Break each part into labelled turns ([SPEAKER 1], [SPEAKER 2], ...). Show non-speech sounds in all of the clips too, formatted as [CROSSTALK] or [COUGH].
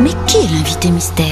[SPEAKER 1] Mais qui est l'invité mystère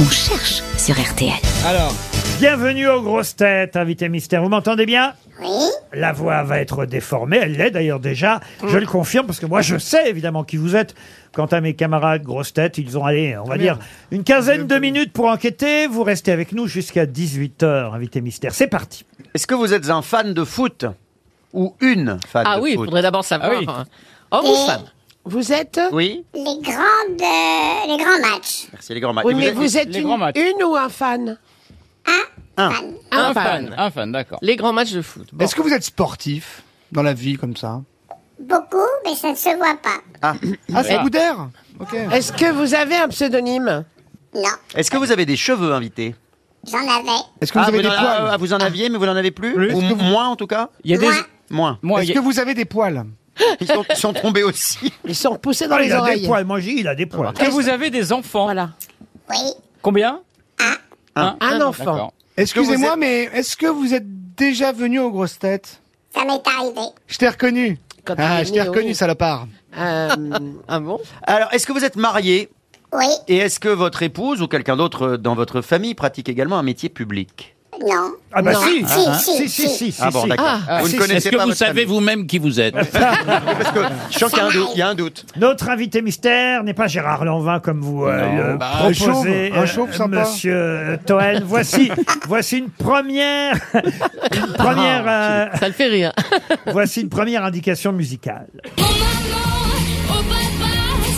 [SPEAKER 1] On cherche sur RTL.
[SPEAKER 2] Alors, bienvenue aux grosses têtes, invité mystère. Vous m'entendez bien
[SPEAKER 3] Oui,
[SPEAKER 2] La voix va être déformée, elle l'est d'ailleurs déjà. Je le confirme parce que moi je sais évidemment qui vous êtes. Quant à mes camarades grosses têtes, ils ont allé, on va dire, une quinzaine de minutes pour enquêter. Vous restez avec nous jusqu'à 18h, invité mystère. C'est parti.
[SPEAKER 4] Est-ce que vous êtes un fan de foot Ou une fan
[SPEAKER 5] Ah
[SPEAKER 4] de
[SPEAKER 5] oui, il
[SPEAKER 4] foot
[SPEAKER 5] faudrait d'abord savoir.
[SPEAKER 6] Ah oui.
[SPEAKER 5] hein. Homme ou femme
[SPEAKER 7] Vous êtes
[SPEAKER 4] Oui,
[SPEAKER 3] les grandes, euh, les grands matchs.
[SPEAKER 4] merci les grands matchs.
[SPEAKER 7] Oui,
[SPEAKER 4] Et vous
[SPEAKER 7] mais
[SPEAKER 4] êtes-
[SPEAKER 7] vous êtes
[SPEAKER 6] les
[SPEAKER 7] une,
[SPEAKER 6] grands matchs.
[SPEAKER 7] une ou un fan
[SPEAKER 5] Un,
[SPEAKER 6] Un
[SPEAKER 5] fan.
[SPEAKER 6] fan, un fan, d'accord.
[SPEAKER 5] Les grands matchs de foot. Bon.
[SPEAKER 8] Est-ce que vous êtes sportif dans la vie comme ça
[SPEAKER 3] Beaucoup, mais ça ne se voit pas.
[SPEAKER 8] Ah, c'est Boudère Ok.
[SPEAKER 7] Est-ce que vous avez un pseudonyme
[SPEAKER 3] Non,
[SPEAKER 4] Est-ce que vous avez des cheveux invités
[SPEAKER 3] j'en avais.
[SPEAKER 8] Est-ce que vous
[SPEAKER 4] Ah,
[SPEAKER 8] avez des
[SPEAKER 4] en- ah,
[SPEAKER 8] poils
[SPEAKER 4] vous en aviez, mais vous n'en avez plus,
[SPEAKER 6] Plus.
[SPEAKER 4] Ou
[SPEAKER 6] Est-ce que vous-
[SPEAKER 4] moins en tout cas
[SPEAKER 6] Il y a des.
[SPEAKER 3] Moi,
[SPEAKER 4] Moins.
[SPEAKER 6] Moi, il
[SPEAKER 8] Est-ce
[SPEAKER 6] y
[SPEAKER 8] que
[SPEAKER 6] a-
[SPEAKER 8] vous avez des poils
[SPEAKER 4] Ils sont, ils sont tombés aussi.
[SPEAKER 7] Ils sont repoussés dans
[SPEAKER 2] Ah, il
[SPEAKER 7] les
[SPEAKER 2] a des
[SPEAKER 7] oreilles.
[SPEAKER 2] poils, moi j'ai, il a des poils.
[SPEAKER 9] Oh.
[SPEAKER 6] est-ce que vous avez des enfants
[SPEAKER 7] Voilà.
[SPEAKER 3] oui,
[SPEAKER 6] Combien Un.
[SPEAKER 5] Ah
[SPEAKER 7] Un enfant.
[SPEAKER 6] D'accord.
[SPEAKER 8] Excusez-moi, mais est-ce que vous êtes déjà venu aux grosses têtes
[SPEAKER 3] ça m'est arrivé.
[SPEAKER 8] Je t'ai reconnu.
[SPEAKER 7] Quand il
[SPEAKER 8] Ah,
[SPEAKER 7] est
[SPEAKER 8] je
[SPEAKER 7] né,
[SPEAKER 8] t'ai
[SPEAKER 7] oui.
[SPEAKER 8] reconnu, salopard.
[SPEAKER 7] Euh,
[SPEAKER 5] Ah bon
[SPEAKER 4] Alors, est-ce que vous êtes marié
[SPEAKER 3] Oui,
[SPEAKER 4] Et est-ce que votre épouse ou quelqu'un d'autre euh, dans votre famille pratique également un métier public
[SPEAKER 3] non.
[SPEAKER 2] Ah bah
[SPEAKER 3] non.
[SPEAKER 2] si.
[SPEAKER 3] si, si,
[SPEAKER 2] Si, si,
[SPEAKER 3] si.
[SPEAKER 2] si, si.
[SPEAKER 4] Ah bon,
[SPEAKER 2] si.
[SPEAKER 4] d'accord. vous ne connaissez
[SPEAKER 10] Est-ce que
[SPEAKER 4] pas
[SPEAKER 10] vous
[SPEAKER 4] votre
[SPEAKER 10] savez
[SPEAKER 4] famille.
[SPEAKER 10] vous-même qui vous êtes
[SPEAKER 4] Parce que je sens qu'il y a un doute. Il y a un doute.
[SPEAKER 2] Notre invité mystère n'est pas Gérard Lanvin comme vous euh, le
[SPEAKER 8] Bah, un
[SPEAKER 2] proposez,
[SPEAKER 8] chauve, un chauve
[SPEAKER 2] euh,
[SPEAKER 8] sympa.
[SPEAKER 2] Monsieur euh, Toen. Voici, voici une première, une première, euh,
[SPEAKER 5] Ça le fait rire.
[SPEAKER 2] voici une première indication musicale.
[SPEAKER 11] Oh maman, oh papa,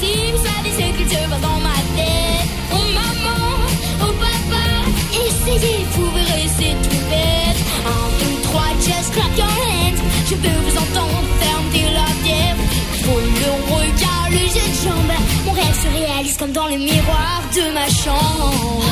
[SPEAKER 11] si vous savez ce qu'il se passe dans ma tête. Oh maman, oh papa, essayez, vous verrez, c'est tout bête. Un, deux, trois, just clap your hands. Je peux vous entendre faire de la bière. Faut le regard, le jeu de jambes. Mon rêve se réalise comme dans le miroir de ma chambre.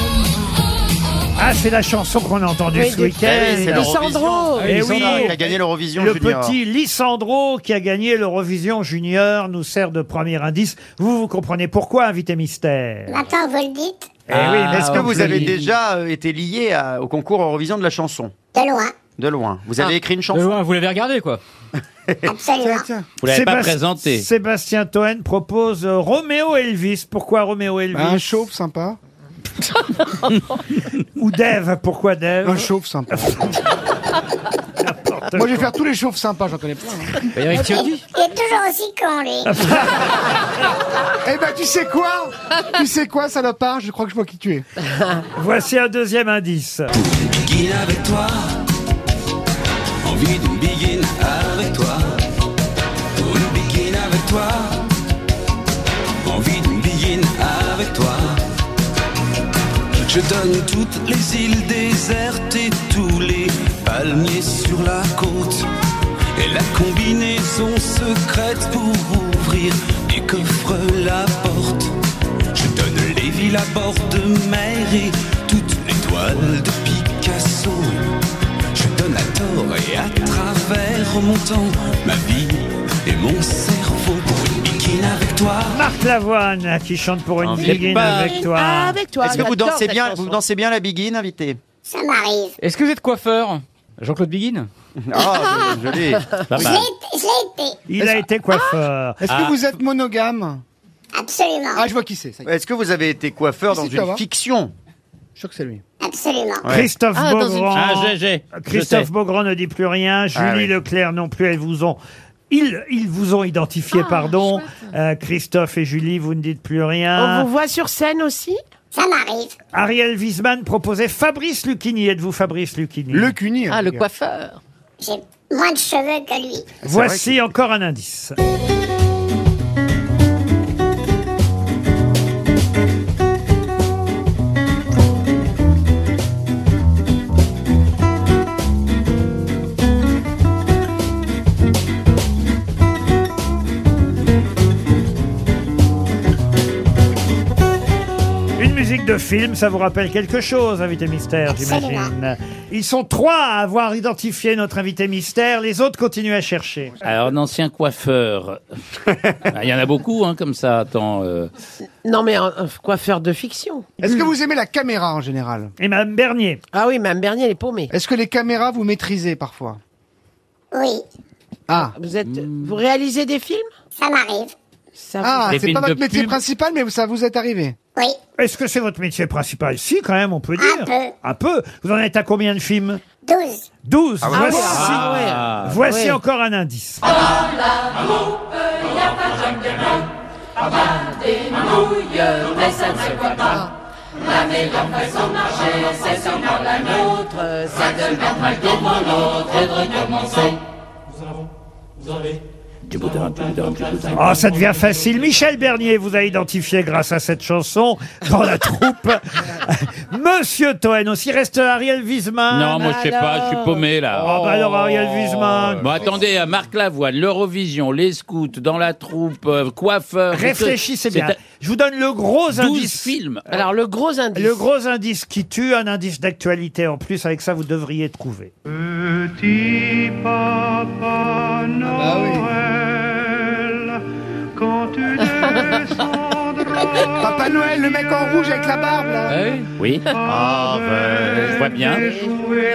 [SPEAKER 2] Ah, c'est la chanson qu'on a entendue
[SPEAKER 7] Oui,
[SPEAKER 2] ce
[SPEAKER 7] de-
[SPEAKER 4] Eh oui, c'est
[SPEAKER 2] week-end.
[SPEAKER 4] Laurent.
[SPEAKER 7] Lisandro
[SPEAKER 2] Eh oui,
[SPEAKER 4] Sandra qui a gagné l'Eurovision
[SPEAKER 2] le
[SPEAKER 4] junior.
[SPEAKER 2] petit Lisandro qui a gagné l'Eurovision Junior nous sert de premier indice. Vous, vous comprenez pourquoi, invité mystère
[SPEAKER 3] Maintenant, vous le dites,
[SPEAKER 2] Eh oui, mais
[SPEAKER 4] Est-ce
[SPEAKER 2] est-ce
[SPEAKER 4] que
[SPEAKER 2] que
[SPEAKER 4] vous avez déjà euh, été lié à- au concours Eurovision de la chanson
[SPEAKER 3] de loin,
[SPEAKER 4] De loin. Vous avez
[SPEAKER 5] Ah.
[SPEAKER 4] écrit une
[SPEAKER 6] De
[SPEAKER 4] chanson
[SPEAKER 6] loin, vous l'avez regardé, quoi.
[SPEAKER 3] absolument.
[SPEAKER 10] Vous l'avez pas
[SPEAKER 2] Sébast-
[SPEAKER 10] présenté.
[SPEAKER 2] Sébastien Toen propose euh, Roméo Elvis. Pourquoi Roméo Elvis
[SPEAKER 8] Bah, Un chauve sympa.
[SPEAKER 2] Ou Dave, pourquoi Dave
[SPEAKER 8] Un chauve sympa. Moi, je vais faire tous les chauves sympas, j'en connais plein. hein.
[SPEAKER 6] Bah, Eric
[SPEAKER 3] Il
[SPEAKER 6] Ciotti.
[SPEAKER 3] il est toujours aussi con, lui.
[SPEAKER 8] Eh ben, tu sais quoi Tu sais quoi, salopard Je crois que je vois qui tu es.
[SPEAKER 2] Voici un deuxième indice.
[SPEAKER 10] Begin avec toi. Envie de begin avec toi. Pour une begin avec toi. Envie de begin avec toi. Je donne toutes les îles désertes et tous les palmiers sur la côte. Et la combinaison secrète pour ouvrir et coffre la porte. Je donne les villes à bord de mer et toutes les toiles de Picasso. Je donne à tort et à travers mon temps, ma vie et mon cerveau pour une bikine avec toi.
[SPEAKER 2] Marc Lavoine qui chante pour une
[SPEAKER 4] Envie.
[SPEAKER 2] begin
[SPEAKER 10] Pas-
[SPEAKER 2] avec toi.
[SPEAKER 7] Ah, avec toi.
[SPEAKER 4] Est-ce que vous
[SPEAKER 7] j'adore
[SPEAKER 4] dansez
[SPEAKER 7] cette
[SPEAKER 4] bien
[SPEAKER 7] chanson.
[SPEAKER 4] Vous dansez bien la biguine, invité
[SPEAKER 3] Ça m'arrive.
[SPEAKER 6] Est-ce que vous êtes coiffeur Jean-Claude Biguin
[SPEAKER 4] Ah, je- joli.
[SPEAKER 10] Pas
[SPEAKER 3] Je
[SPEAKER 10] mal.
[SPEAKER 3] l'ai je l'ai été,
[SPEAKER 2] Il a été coiffeur.
[SPEAKER 8] Est-ce que vous êtes monogame
[SPEAKER 3] absolument,
[SPEAKER 8] Ah, je vois qui c'est. ça y est.
[SPEAKER 4] Est-ce que vous avez été coiffeur dans
[SPEAKER 8] Si, ça
[SPEAKER 4] une
[SPEAKER 8] va.
[SPEAKER 4] fiction
[SPEAKER 8] Je suis sûr que c'est lui.
[SPEAKER 3] absolument.
[SPEAKER 4] Ouais.
[SPEAKER 2] Christophe
[SPEAKER 5] Ah, dans une-
[SPEAKER 2] Beaugrand.
[SPEAKER 10] Ah, j'ai, j'ai. Je
[SPEAKER 2] Christophe
[SPEAKER 10] sais.
[SPEAKER 2] Beaugrand ne dit plus rien. Julie
[SPEAKER 4] Ah, oui.
[SPEAKER 2] Leclerc non plus. Elles vous ont. Ils, ils vous ont identifié, pardon. Euh, Christophe et Julie, vous ne dites plus
[SPEAKER 7] On
[SPEAKER 2] rien.
[SPEAKER 7] Oh, vous voit sur scène aussi
[SPEAKER 3] Ça m'arrive.
[SPEAKER 2] Ariel Wiesman proposait Fabrice Lucchini. Êtes-vous Fabrice Lucchini
[SPEAKER 8] Le cunier.
[SPEAKER 5] Ah, le coiffeur.
[SPEAKER 3] J'ai moins de cheveux que lui.
[SPEAKER 2] Voici encore un indice. Une musique de film, ça vous rappelle quelque chose, invité mystère, j'imagine. Ils sont trois à avoir identifié notre invité mystère, les autres continuent à chercher.
[SPEAKER 10] Alors, un ancien coiffeur. Ah, Il y en a beaucoup, hein, comme ça. Attends. euh,
[SPEAKER 7] Non, mais un, un coiffeur de fiction.
[SPEAKER 8] Est-ce que vous aimez la caméra en général
[SPEAKER 2] Et Madame Bernier,
[SPEAKER 7] Ah oui, Mme Bernier, elle est paumée.
[SPEAKER 8] Est-ce que les caméras vous maîtrisez parfois
[SPEAKER 3] Oui,
[SPEAKER 8] Ah,
[SPEAKER 7] Vous, êtes, vous réalisez des films
[SPEAKER 3] ça m'arrive.
[SPEAKER 7] Ça
[SPEAKER 8] Ah,
[SPEAKER 6] Des
[SPEAKER 8] c'est
[SPEAKER 6] films
[SPEAKER 8] pas
[SPEAKER 6] de
[SPEAKER 8] votre métier
[SPEAKER 6] pub.
[SPEAKER 8] principal, mais ça vous est arrivé.
[SPEAKER 3] Oui.
[SPEAKER 2] Est-ce que c'est votre métier principal Si, quand même, on peut dire.
[SPEAKER 3] peu.
[SPEAKER 2] Un peu. Vous en êtes à combien de films
[SPEAKER 3] 12.
[SPEAKER 2] 12. voici
[SPEAKER 7] Ah
[SPEAKER 2] voici
[SPEAKER 7] ouais.
[SPEAKER 2] encore un indice. Ah, ça devient facile. Michel Bernier vous a identifié grâce à cette chanson dans
[SPEAKER 9] [LAUGHS]
[SPEAKER 2] la troupe. Monsieur Toen aussi. Reste Ariel Wiesman.
[SPEAKER 9] Non, moi je Oh. sais pas, je suis paumé là.
[SPEAKER 2] Ah, bah alors, Ariel Wiesman.
[SPEAKER 9] Bon, attendez, à Marc Lavoine, l'Eurovision, les scouts, dans la troupe, euh, coiffeur.
[SPEAKER 2] Réfléchissez
[SPEAKER 9] C'est
[SPEAKER 2] bien. Ah Je vous donne le gros
[SPEAKER 9] un- 12
[SPEAKER 2] indice.
[SPEAKER 9] films.
[SPEAKER 7] Alors le gros indice.
[SPEAKER 2] Le gros indice qui tue, un indice d'actualité en plus, avec ça vous devriez trouver.
[SPEAKER 8] Ah oui. Papa Noël, le mec en rouge avec la barbe, là.
[SPEAKER 6] Ah oui.
[SPEAKER 9] Oui. Ah, ben, je vois bien.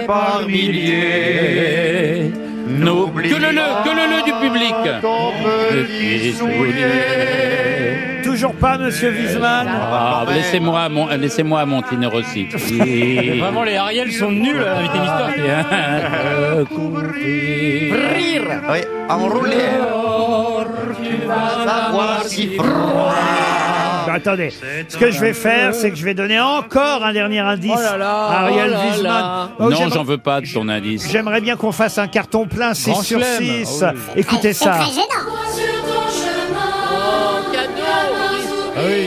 [SPEAKER 8] par
[SPEAKER 9] milliers. Que le le, que le le du public.
[SPEAKER 2] Toujours pas, monsieur Wiesmann
[SPEAKER 9] Ah, laissez-moi mon, laissez-moi Montine Rossi.
[SPEAKER 6] Vraiment, les Ariel sont nuls euh, à l'invité mystère.
[SPEAKER 4] Rire Oui, enroulé. Savoir si
[SPEAKER 6] Ah.
[SPEAKER 2] Bah, Attendez, ce que je vais faire, c'est que je vais donner encore un dernier indice
[SPEAKER 6] Oh là là,
[SPEAKER 2] à Ariel
[SPEAKER 6] oh là
[SPEAKER 2] Wiesmann.
[SPEAKER 6] là.
[SPEAKER 2] Oh,
[SPEAKER 9] Non,
[SPEAKER 2] j'aimerais-
[SPEAKER 9] j'en veux pas de ton indice.
[SPEAKER 2] J'aimerais bien qu'on fasse un carton plein 6
[SPEAKER 6] Grand
[SPEAKER 2] sur
[SPEAKER 6] chelem,
[SPEAKER 2] 6.
[SPEAKER 6] ah oui.
[SPEAKER 2] Écoutez
[SPEAKER 3] C'est
[SPEAKER 2] ça.
[SPEAKER 3] très gênant.
[SPEAKER 6] Ah oui.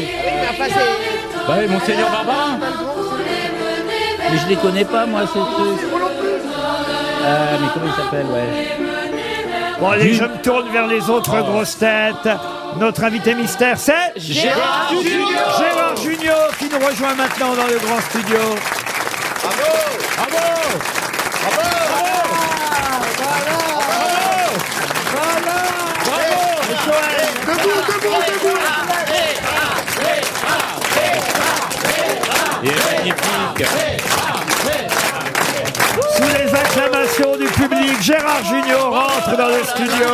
[SPEAKER 6] Bah oui, Monseigneur Barbarin.
[SPEAKER 9] Mais je les connais pas, moi, ces trucs. Ah, mais comment il s'appelle, ouais.
[SPEAKER 2] Bon, allez, je me tourne vers les autres grosses têtes. Notre invité mystère, c'est
[SPEAKER 7] Gérard
[SPEAKER 2] Junior. Gérard Junior qui nous rejoint maintenant dans le grand studio.
[SPEAKER 9] Il est magnifique.
[SPEAKER 2] Sous les acclamations du public, Gérard Junior rentre dans le studio.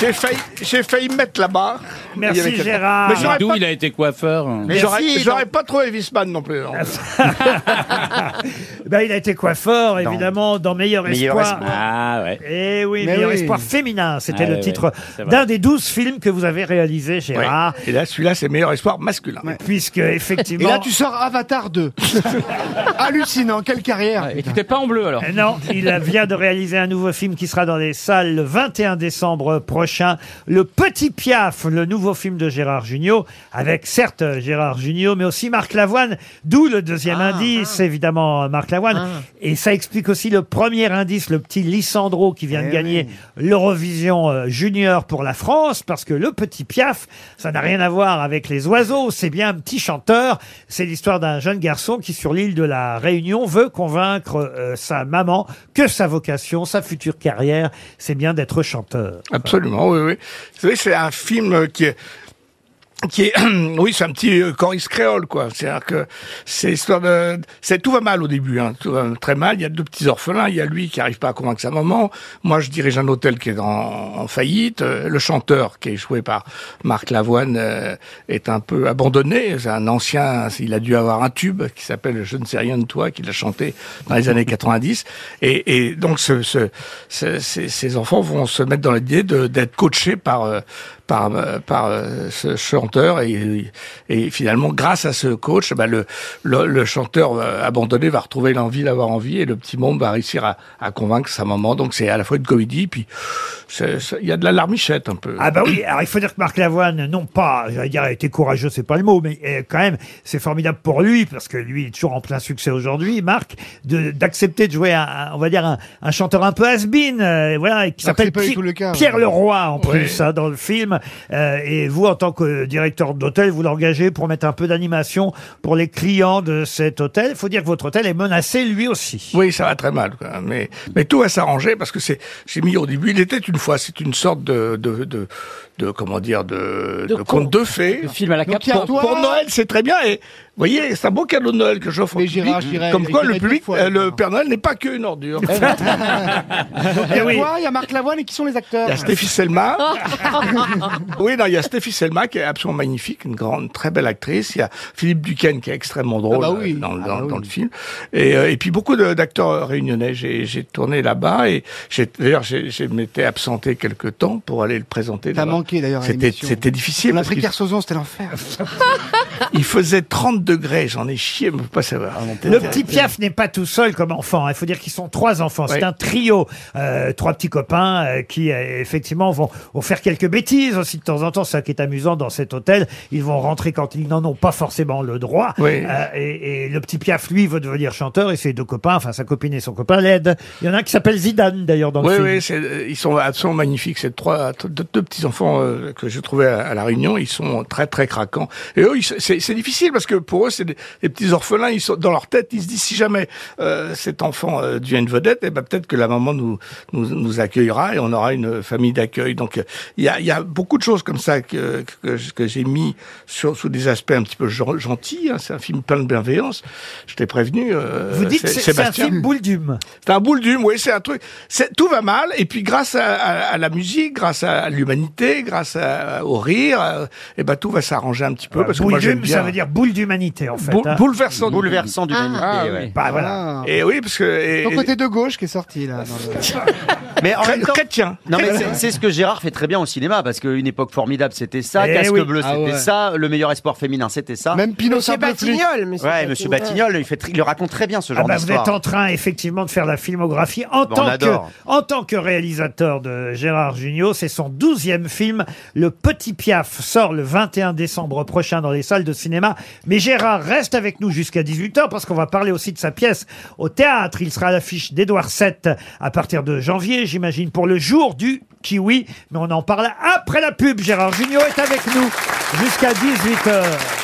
[SPEAKER 10] J'ai failli, j'ai failli me mettre la barre. Il y
[SPEAKER 2] Merci
[SPEAKER 10] avait quelqu'un.
[SPEAKER 2] Gérard.
[SPEAKER 10] Mais j'aurais
[SPEAKER 9] D'où
[SPEAKER 10] pas-
[SPEAKER 9] il a été coiffeur
[SPEAKER 10] Mais j'aurais
[SPEAKER 4] Merci,
[SPEAKER 10] j'aurais pas trouvé Wiesmann non plus. non.
[SPEAKER 4] Ah,
[SPEAKER 2] Ben, il a été coiffeur, évidemment, dans Meilleur,
[SPEAKER 4] Meilleur
[SPEAKER 2] Espoir.
[SPEAKER 4] Espoir.
[SPEAKER 9] Ah, ouais.
[SPEAKER 2] Eh oui,
[SPEAKER 8] Mais
[SPEAKER 2] Meilleur
[SPEAKER 8] oui.
[SPEAKER 2] Espoir féminin, c'était
[SPEAKER 9] Ah
[SPEAKER 2] le
[SPEAKER 9] oui,
[SPEAKER 2] titre
[SPEAKER 9] oui, c'est vrai.
[SPEAKER 2] d'un des douze films que vous avez réalisé, Gérard.
[SPEAKER 10] Et là, celui-là, c'est meilleur espoir masculin.
[SPEAKER 2] Puisque,
[SPEAKER 8] Et
[SPEAKER 2] effectivement.
[SPEAKER 8] là, tu sors Avatar [LAUGHS] 2. Hallucinant, quelle carrière.
[SPEAKER 6] Et t'es pas en bleu alors.
[SPEAKER 2] euh, Non, il vient de réaliser un nouveau film qui sera dans les salles le 21 décembre prochain. Le Petit Piaf, le nouveau film de Gérard Jugnot, avec certes Gérard Jugnot, mais aussi Marc Lavoine, d'où le deuxième
[SPEAKER 9] Ah,
[SPEAKER 2] indice, évidemment, Marc Lavoine. Et ça explique aussi le premier indice, le petit Lisandro qui vient de gagner l'Eurovision euh, Junior pour la France, parce que le Petit Piaf, ça n'a rien à voir avec les oiseaux, c'est bien un petit chanteur. C'est l'histoire d'un jeune garçon qui, sur l'île de la Réunion, veut convaincre euh, sa maman que sa vocation, sa future carrière, c'est bien d'être chanteur.
[SPEAKER 10] Absolument, oui, oui. Vous savez, c'est un film qui est qui est [CLEARS THROAT] oui c'est un petit euh, Coris créole quoi c'est à dire que c'est l'histoire de c'est tout va mal au début hein. tout va très mal il y a deux petits orphelins il y a lui qui arrive pas à convaincre sa maman moi je dirige un hôtel qui est en, en faillite Euh, le chanteur qui est joué par Marc Lavoine euh, est un peu abandonné c'est un ancien il a dû avoir un tube qui s'appelle je ne sais rien de toi qu'il a chanté dans les années 90 et, et donc ce, ce- ce- ces, ces enfants vont se mettre dans l'idée de- d'être coachés par euh, par, euh, par euh, ce chanteur et, et finalement grâce à ce coach bah, le, le, le chanteur euh, abandonné va retrouver l'envie d'avoir envie et le petit monde va réussir à, à convaincre sa maman donc c'est à la fois une comédie puis c'est- c'est- il y a de la larmichette un peu
[SPEAKER 2] Ah bah oui, alors il faut dire que Marc Lavoine, non pas, j'allais dire, a été courageux, c'est pas le mot, mais euh, quand même, c'est formidable pour lui, parce que lui il est toujours en plein succès aujourd'hui, Marc, de- d'accepter de, jouer, un, un- on va dire, un, un chanteur un peu has-been, euh, voilà, et qui
[SPEAKER 8] Alors que
[SPEAKER 2] s'appelle
[SPEAKER 8] c'est pas du
[SPEAKER 2] Pierre,
[SPEAKER 8] tout le cas,
[SPEAKER 2] Pierre
[SPEAKER 8] ouais.
[SPEAKER 2] Leroy, en plus, hein, dans le film. femme. Euh, et vous, en tant que directeur d'hôtel, vous l'engagez pour mettre un peu d'animation pour les clients de cet hôtel. Il faut dire que votre hôtel est menacé lui aussi.
[SPEAKER 10] Oui, ça va très mal. quoi. Mais, mais tout va s'arranger parce que c'est, j'ai mis au début, il était une fois, c'est une sorte de, de, de, de- comment dire, de, de conte de fées. film à la
[SPEAKER 12] Capcom.
[SPEAKER 10] Pour, pour Noël, c'est très bien. Et vous voyez, c'est un beau cadeau de Noël que j'offre au public.
[SPEAKER 8] j'irai, j'irai,
[SPEAKER 10] comme quoi,
[SPEAKER 8] j'irai
[SPEAKER 10] le
[SPEAKER 8] dix
[SPEAKER 10] public,
[SPEAKER 8] fois,
[SPEAKER 10] euh, le Père Noël n'est pas qu'une ordure. Donc,
[SPEAKER 8] Il y a
[SPEAKER 10] oui.
[SPEAKER 8] quoi Il y a Marc Lavoine et qui sont les acteurs
[SPEAKER 10] Il y a Stéphie Selma. [LAUGHS] oui, non, il y a Stéphie Selma qui est absolument magnifique, une grande, très belle actrice. Il y a Philippe Duquesne qui est extrêmement drôle
[SPEAKER 8] Ah bah oui.
[SPEAKER 10] euh, dans, dans- dans le film. Et, euh, et puis beaucoup de- d'acteurs réunionnais. J'ai j'ai tourné là-bas et j'ai- d'ailleurs, j'ai- je m'étais absenté quelque temps pour aller le présenter.
[SPEAKER 8] T'as
[SPEAKER 10] là-bas.
[SPEAKER 8] manqué, d'ailleurs, à
[SPEAKER 10] C'était
[SPEAKER 8] l'émission.
[SPEAKER 10] c'était difficile.
[SPEAKER 8] On a
[SPEAKER 10] parce
[SPEAKER 8] pris
[SPEAKER 10] qu'il-
[SPEAKER 8] Pierre Sauzon, c'était l'enfer.
[SPEAKER 10] il faisait 30 degrés, j'en ai chié, mais vous pas
[SPEAKER 8] Ah,
[SPEAKER 10] savoir.
[SPEAKER 2] Le petit Piaf n'est pas tout seul comme enfant. Il faut dire qu'ils sont trois enfants. C'est
[SPEAKER 10] Oui.
[SPEAKER 2] un trio, euh, trois petits copains euh, qui euh, effectivement vont, vont faire quelques bêtises aussi de temps en temps. C'est Ça qui est amusant dans cet hôtel, ils vont rentrer quand ils n'en ont pas forcément le droit.
[SPEAKER 10] Oui.
[SPEAKER 2] Euh, et, et le petit Piaf, lui, veut devenir chanteur et ses deux copains, enfin sa copine et son copain l'aident. Il y en a un qui s'appelle Zidane d'ailleurs dans
[SPEAKER 10] Oui,
[SPEAKER 2] le film.
[SPEAKER 10] oui, c'est- euh, ils sont absolument magnifiques. Ces trois, deux, deux petits enfants euh, que j'ai trouvés à, à la Réunion, ils sont très très craquants. Et eux, ils se- c'est c'est difficile parce que pour eux, c'est des, des petits orphelins. Ils sont dans leur tête, ils se disent si jamais euh, cet enfant euh, devient une vedette, eh ben peut-être que la maman nous, nous nous accueillera et on aura une famille d'accueil. Donc euh, il y a, il y a beaucoup de choses comme ça que que, que- que j'ai mis sur sous des aspects un petit peu gen- gentils. hein. C'est un film plein de bienveillance. Je t'ai prévenu. euh,
[SPEAKER 2] Vous dites
[SPEAKER 10] Sé-
[SPEAKER 2] c'est- c'est un
[SPEAKER 10] Sébastien.
[SPEAKER 2] film boule d'hume.
[SPEAKER 10] C'est un boule d'hume, oui, c'est un truc. C'est, tout va mal, et puis grâce à, à- à la musique, grâce à l'humanité, grâce à- au rire, euh, eh ben tout va s'arranger un petit peu. parce que
[SPEAKER 2] boule
[SPEAKER 10] moi, j'aime
[SPEAKER 2] d'hume,
[SPEAKER 10] bien.
[SPEAKER 2] ça veut dire boule d'humanité en fait.
[SPEAKER 10] Boule-
[SPEAKER 2] hein.
[SPEAKER 10] bouleversant,
[SPEAKER 4] Bouleversant d'humanité,
[SPEAKER 10] Ah,
[SPEAKER 4] ouais.
[SPEAKER 10] oui.
[SPEAKER 2] Bah, voilà.
[SPEAKER 10] Et Eh oui, parce que. et-
[SPEAKER 8] Ton côté de gauche qui est sorti, là. dans le-
[SPEAKER 4] Mais en même temps,
[SPEAKER 10] chrétien.
[SPEAKER 4] Non mais
[SPEAKER 10] Chrétien.
[SPEAKER 4] c'est- c'est ce que Gérard fait très bien au cinéma parce qu'une époque formidable c'était ça,
[SPEAKER 2] Eh
[SPEAKER 4] Casque
[SPEAKER 2] oui.
[SPEAKER 4] bleu
[SPEAKER 2] Ah
[SPEAKER 4] c'était
[SPEAKER 2] ouais.
[SPEAKER 4] ça, le meilleur espoir féminin c'était ça.
[SPEAKER 8] Même Pinot
[SPEAKER 7] Monsieur
[SPEAKER 8] Simple-Flûte.
[SPEAKER 7] Batignolles, monsieur
[SPEAKER 4] ouais, Monsieur
[SPEAKER 7] Batignolles.
[SPEAKER 4] Batignol, il, fait tr- il le raconte très bien ce
[SPEAKER 2] Ah
[SPEAKER 4] genre
[SPEAKER 2] bah vous
[SPEAKER 4] d'histoire.
[SPEAKER 2] êtes en train effectivement de faire la filmographie en,
[SPEAKER 4] Bon, on
[SPEAKER 2] tant, que,
[SPEAKER 4] adore.
[SPEAKER 2] en tant que réalisateur de Gérard Jugnot. C'est son douzième film. Le Petit Piaf sort le 21 décembre prochain dans les salles de cinéma. Mais Gérard reste avec nous jusqu'à 18h parce qu'on va parler aussi de sa pièce au théâtre. Il sera à l'affiche d'Édouard VII à partir de janvier, j'imagine, pour le jour du kiwi. Mais on en parle après la pub. Gérard Jugnot est avec nous jusqu'à 18h.